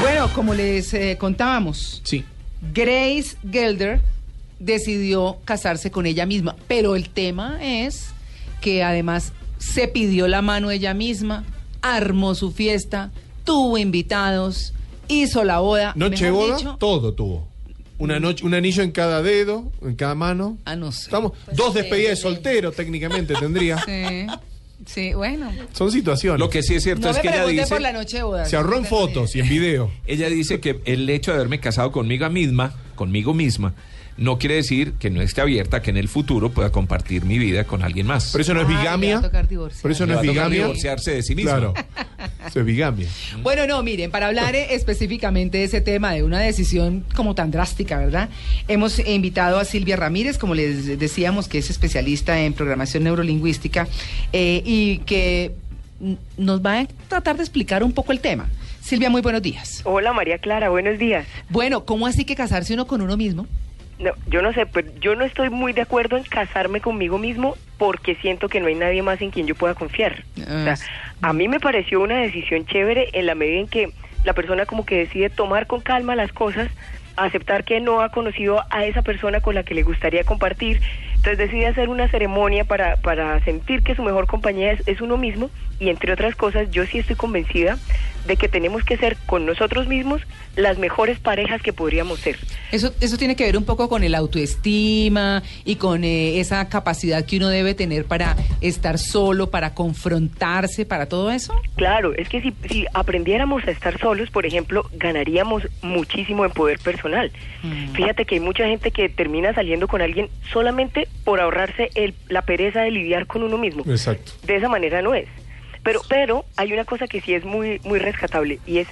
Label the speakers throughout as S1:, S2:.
S1: Bueno, como les eh, contábamos,
S2: Sí.
S1: Grace Gelder decidió casarse con ella misma, pero el tema es que además se pidió la mano ella misma, armó su fiesta, tuvo invitados, hizo la boda.
S2: Noche
S1: Ah, mejor
S2: boda,
S1: dicho, Mm.
S2: todo tuvo. Una noche, un anillo en cada dedo, en cada mano.
S1: Ah, no sé.
S2: Estamos,
S3: Pues
S2: dos
S3: sí,
S2: despedidas de
S3: sí.
S2: soltero técnicamente tendría.
S1: Sí, sí, bueno.
S2: Son situaciones.
S4: Lo que sí es cierto
S1: No
S4: es
S1: me
S4: que ella
S1: pregunté
S4: dice,
S1: por la noche de boda.
S2: se ahorró en
S1: Pero sí.
S2: fotos y en video.
S4: ella dice que el hecho de haberme casado conmigo misma, conmigo misma, no quiere decir que no esté abierta a que en el futuro pueda compartir mi vida con alguien más.
S2: Pero eso no es
S1: Ah, le va a
S2: bigamia.
S1: tocar divorciar.
S2: Pero eso no
S4: Le
S2: es
S4: va a tocar
S2: bigamia.
S4: divorciarse de sí misma.
S2: Claro. Eso es bigamia.
S1: Bueno, no, miren, para hablar eh, específicamente de ese tema, de una decisión como tan drástica, ¿verdad? Hemos invitado a Silvia Ramírez, como les decíamos, que es especialista en programación neurolingüística eh, y que mm, nos va a tratar de explicar un poco el tema. Silvia, muy buenos días.
S5: Hola María Clara, buenos días.
S1: Bueno, ¿cómo así que casarse uno con uno mismo?
S5: No, yo no sé, pues yo no estoy muy de acuerdo en casarme conmigo mismo porque siento que no hay nadie más en quien yo pueda confiar. O
S1: Ah,
S5: sea,
S1: sí.
S5: a mí me pareció una decisión chévere en la medida en que la persona como que decide tomar con calma las cosas, aceptar que no ha conocido a esa persona con la que le gustaría compartir, entonces decide hacer una ceremonia para, para sentir que su mejor compañía es, es uno mismo y entre otras cosas yo sí estoy convencida de que tenemos que ser con nosotros mismos las mejores parejas que podríamos ser.
S1: Eso, eso tiene que ver un poco con el autoestima y con eh, esa capacidad que uno debe tener para estar solo, para confrontarse, para todo eso.
S5: Claro, es que si, si aprendiéramos a estar solos, por ejemplo, ganaríamos muchísimo en poder personal.
S1: Mm.
S5: Fíjate que hay mucha gente que termina saliendo con alguien solamente por ahorrarse el- la pereza de lidiar con uno mismo.
S2: Exacto.
S5: De esa manera no es. Pero, pero hay una cosa que sí es muy, muy rescatable y es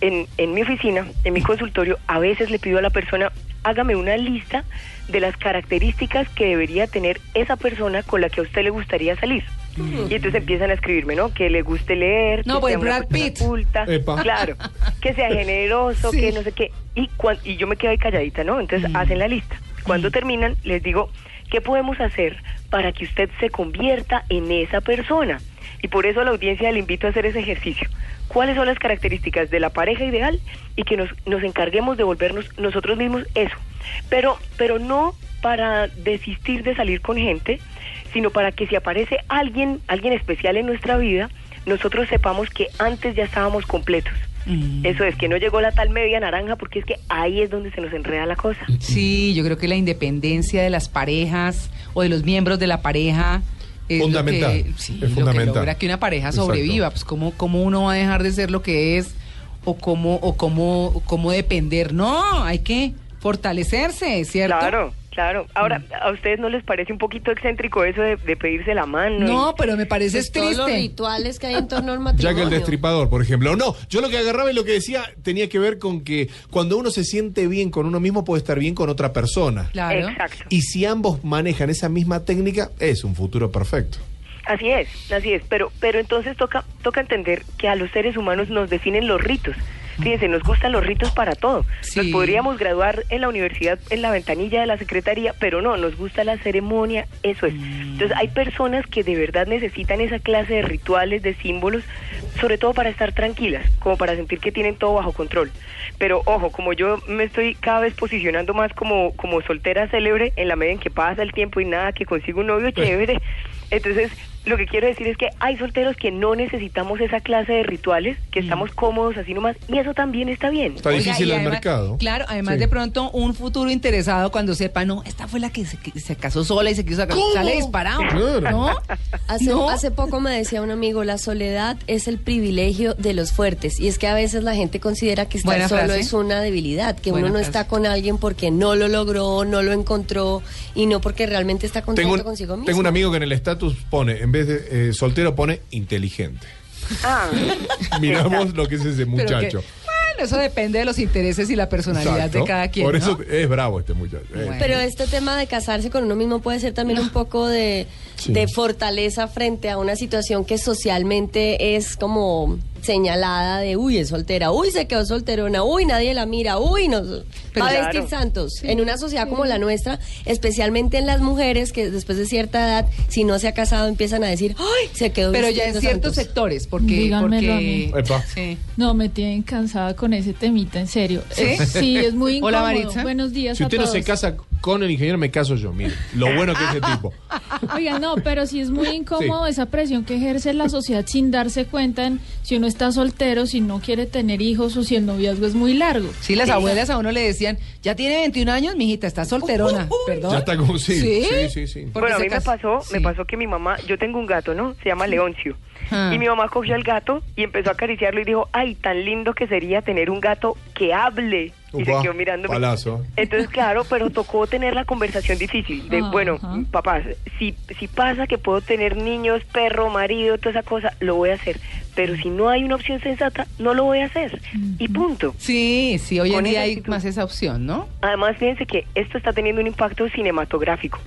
S5: en, en mi oficina, en mi consultorio, a veces le pido a la persona, hágame una lista de las características que debería tener esa persona con la que a usted le gustaría salir. Y entonces empiezan a escribirme, ¿no? Que le guste leer,
S1: Mm. No,
S5: que
S1: pues,
S5: sea una
S1: Brad
S5: persona
S1: Pitt.
S5: culta,
S2: Epa.
S5: claro, que sea generoso,
S1: Sí.
S5: que no sé qué. Y, cuan- y yo me quedo ahí calladita, ¿no? Entonces
S1: Mm.
S5: hacen la lista. Cuando terminan, les digo, ¿qué podemos hacer para que usted se convierta en esa persona? Y por eso a la audiencia le invito a hacer ese ejercicio. ¿Cuáles son las características de la pareja ideal? Y que nos, nos encarguemos de volvernos nosotros mismos eso. Pero, pero no para desistir de salir con gente, sino para que si aparece alguien, alguien especial en nuestra vida, nosotros sepamos que antes ya estábamos completos.
S1: Mm.
S5: Eso es, que no llegó la tal media naranja, porque es que ahí es donde se nos enreda la cosa.
S1: Sí, yo creo que la independencia de las parejas o de los miembros de la pareja es
S2: Fundamental,
S1: lo que, sí,
S2: es
S1: lo que
S2: fundamental.
S1: logra que una pareja
S2: Exacto.
S1: sobreviva. Pues cómo, cómo uno va a dejar de ser lo que es o cómo o cómo o cómo depender. No, hay que fortalecerse, ¿cierto?
S5: Claro, claro. Ahora, ¿a ustedes no les parece un poquito excéntrico eso de, de pedirse la mano?
S1: No, pero me parece Pues es
S3: Pues Todos los
S1: triste.
S3: rituales que hay en torno al matrimonio.
S2: Ya que el destripador, por ejemplo. No, yo lo que agarraba y lo que decía tenía que ver con que cuando uno se siente bien con uno mismo, puede estar bien con otra persona.
S1: Claro.
S5: Exacto.
S2: Y si ambos manejan esa misma técnica, es un futuro perfecto.
S5: Así es, así es. Pero, pero entonces toca, toca entender que a los seres humanos nos definen los ritos. Fíjense, nos gustan los ritos para todo.
S1: Sí.
S5: Nos podríamos graduar en la universidad en la ventanilla de la secretaría, pero no, nos gusta la ceremonia, eso es. Entonces hay personas que de verdad necesitan esa clase de rituales, de símbolos, sobre todo para estar tranquilas, como para sentir que tienen todo bajo control. Pero ojo, como yo me estoy cada vez posicionando más como, como soltera célebre, en la medida en que pasa el tiempo y nada, que consigo un novio chévere, entonces, lo que quiero decir es que hay solteros que no necesitamos esa clase de rituales, que estamos cómodos así nomás, y eso también está bien.
S2: Está
S1: Oiga,
S2: difícil
S1: y
S2: el
S1: además-
S2: mercado.
S1: Claro, además
S2: Sí.
S1: de pronto un futuro interesado cuando sepa, no, esta fue la que se, que se casó sola y se quiso sacar.
S2: ¿Cómo?
S1: Sale disparado.
S2: Claro.
S1: ¿No?
S3: Hace,
S1: No.
S3: hace poco me decía un amigo, la soledad es el privilegio de los fuertes. Y es que a veces la gente considera que estar
S1: Buena
S3: solo
S1: frase.
S3: es una debilidad, que
S1: Buena
S3: uno no
S1: frase.
S3: está con alguien porque no lo logró, no lo encontró y no porque realmente está contento
S2: Tengo un,
S3: consigo mismo.
S2: tengo un amigo que en el estatus pone, en vez de eh, soltero, pone inteligente.
S5: Ah,
S2: Miramos lo que es ese
S1: Pero que-
S2: muchacho.
S1: bueno, eso depende de los intereses y la personalidad
S2: Exacto.
S1: de cada quien.
S2: Por
S1: ¿no?
S2: eso es bravo este muchacho. Eh,
S1: Bueno.
S3: Pero este tema de casarse con uno mismo puede ser también un poco de,
S2: Sí.
S3: de fortaleza frente a una situación que socialmente es como señalada de, uy, es soltera, uy, se quedó solterona, uy, nadie la mira, uy, no.
S1: Pero
S3: va a
S5: claro.
S3: vestir santos. En una sociedad como la nuestra, especialmente en las mujeres que después de cierta edad, si no se ha casado, empiezan a decir, ay, se quedó
S1: Pero ya
S3: vistiendo
S1: en ciertos
S3: santos".
S1: sectores, porque...
S6: Díganmelo a mí.
S1: porque
S2: Epa.
S1: Sí.
S6: No, me tienen cansada con ese temita, en serio.
S1: ¿Sí?
S6: Eh, sí, es muy incómodo.
S1: Hola, Maritza.
S6: Buenos días
S2: Si
S6: a
S2: usted no
S6: todos.
S2: se casa con el ingeniero, me caso yo. Mire, lo bueno que es ese tipo.
S6: Ah, Oiga, no, pero sí es muy incómodo esa presión que ejerce la sociedad sin darse cuenta en si uno está soltero, si no quiere tener hijos o si el noviazgo es muy largo.
S1: Sí, las abuelas a uno le decían, ya tiene 21 años, mijita, está solterona. Perdón.
S2: Ya está como sí.
S1: ¿Sí?
S2: Sí, sí, sí.
S1: Porque
S5: Bueno, a
S1: se
S5: mí me
S1: cas-
S5: pasó, me
S1: sí.
S5: pasó que mi mamá, yo tengo un gato, ¿no? Se llama Leoncio.
S1: Ah.
S5: Y mi mamá cogió al gato y empezó a acariciarlo y dijo, ay, tan lindo que sería tener un gato que hable. Y
S2: Upa,
S5: se quedó mirándome.
S2: palazo.
S5: Entonces, claro, pero tocó tener la conversación difícil. De,
S1: Ah,
S6: Ajá.
S5: bueno, papás, si, si pasa que puedo tener niños, perro, marido, toda esa cosa, lo voy a hacer. Pero si no hay una opción sensata, no lo voy a hacer. Y punto.
S1: Sí, sí, hoy en
S5: Con
S1: día
S5: esa
S1: hay
S5: actitud.
S1: más esa opción, ¿no?
S5: Además, fíjense que esto está teniendo un impacto cinematográfico.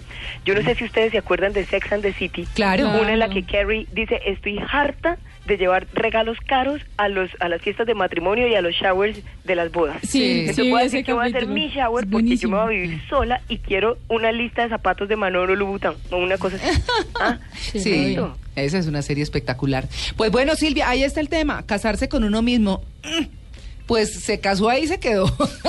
S5: Yo no sé si ustedes se acuerdan de Sex and the City.
S1: Claro.
S5: Una en la que
S6: Claro.
S5: Carrie dice, estoy harta de llevar regalos caros a los a las fiestas de matrimonio y a los showers de las bodas.
S6: Sí,
S1: Sí.
S6: sí,
S5: Entonces voy a
S6: ese
S5: decir que voy a hacer
S6: capítulo
S5: mi
S6: es
S5: shower porque yo me
S6: buenísimo.
S5: voy a vivir sola y quiero una lista de zapatos de Manolo Louboutin o una cosa así. Ah,
S6: Sí,
S1: Sí,
S5: obvio.
S1: esa es una serie espectacular. Pues bueno, Silvia, ahí está el tema, casarse con uno mismo. Mm, Pues se casó ahí y se quedó.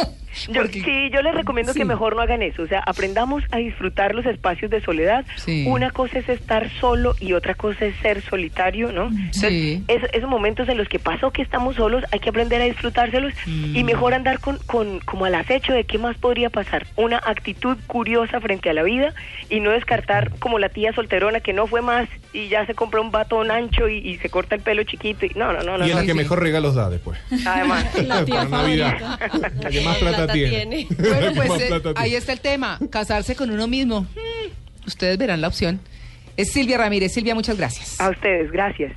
S5: Yo-
S1: Porque-
S5: sí, yo les recomiendo
S1: Sí.
S5: que mejor no hagan eso. O sea, aprendamos a disfrutar los espacios de soledad.
S1: Sí.
S5: Una cosa es estar solo y otra cosa es ser solitario, ¿no?
S6: Mm.
S1: Sí.
S5: es- esos momentos en los que pasó que estamos solos, hay que aprender a disfrutárselos
S2: Mm.
S5: y mejor andar con, con como al acecho de qué más podría pasar. Una actitud curiosa frente a la vida y no descartar como la tía solterona que no fue más y ya se compró un batón ancho y, y se corta el pelo chiquito. Y, no, no, no, no.
S2: Y es
S5: no.
S2: la
S1: sí,
S2: que
S1: sí.
S2: mejor regalos da después.
S5: Además.
S6: La tía
S2: Para Navidad.
S6: favorita.
S2: La que más plata,
S3: Plata
S2: tiene.
S3: tiene.
S1: Bueno,
S2: La que
S1: pues
S2: más
S1: eh,
S2: plata
S1: ahí
S2: tiene.
S1: está el tema, casarse con uno mismo. Hmm, Mm, Ustedes verán la opción. Es Silvia Ramírez. Silvia, muchas gracias.
S5: A ustedes, gracias.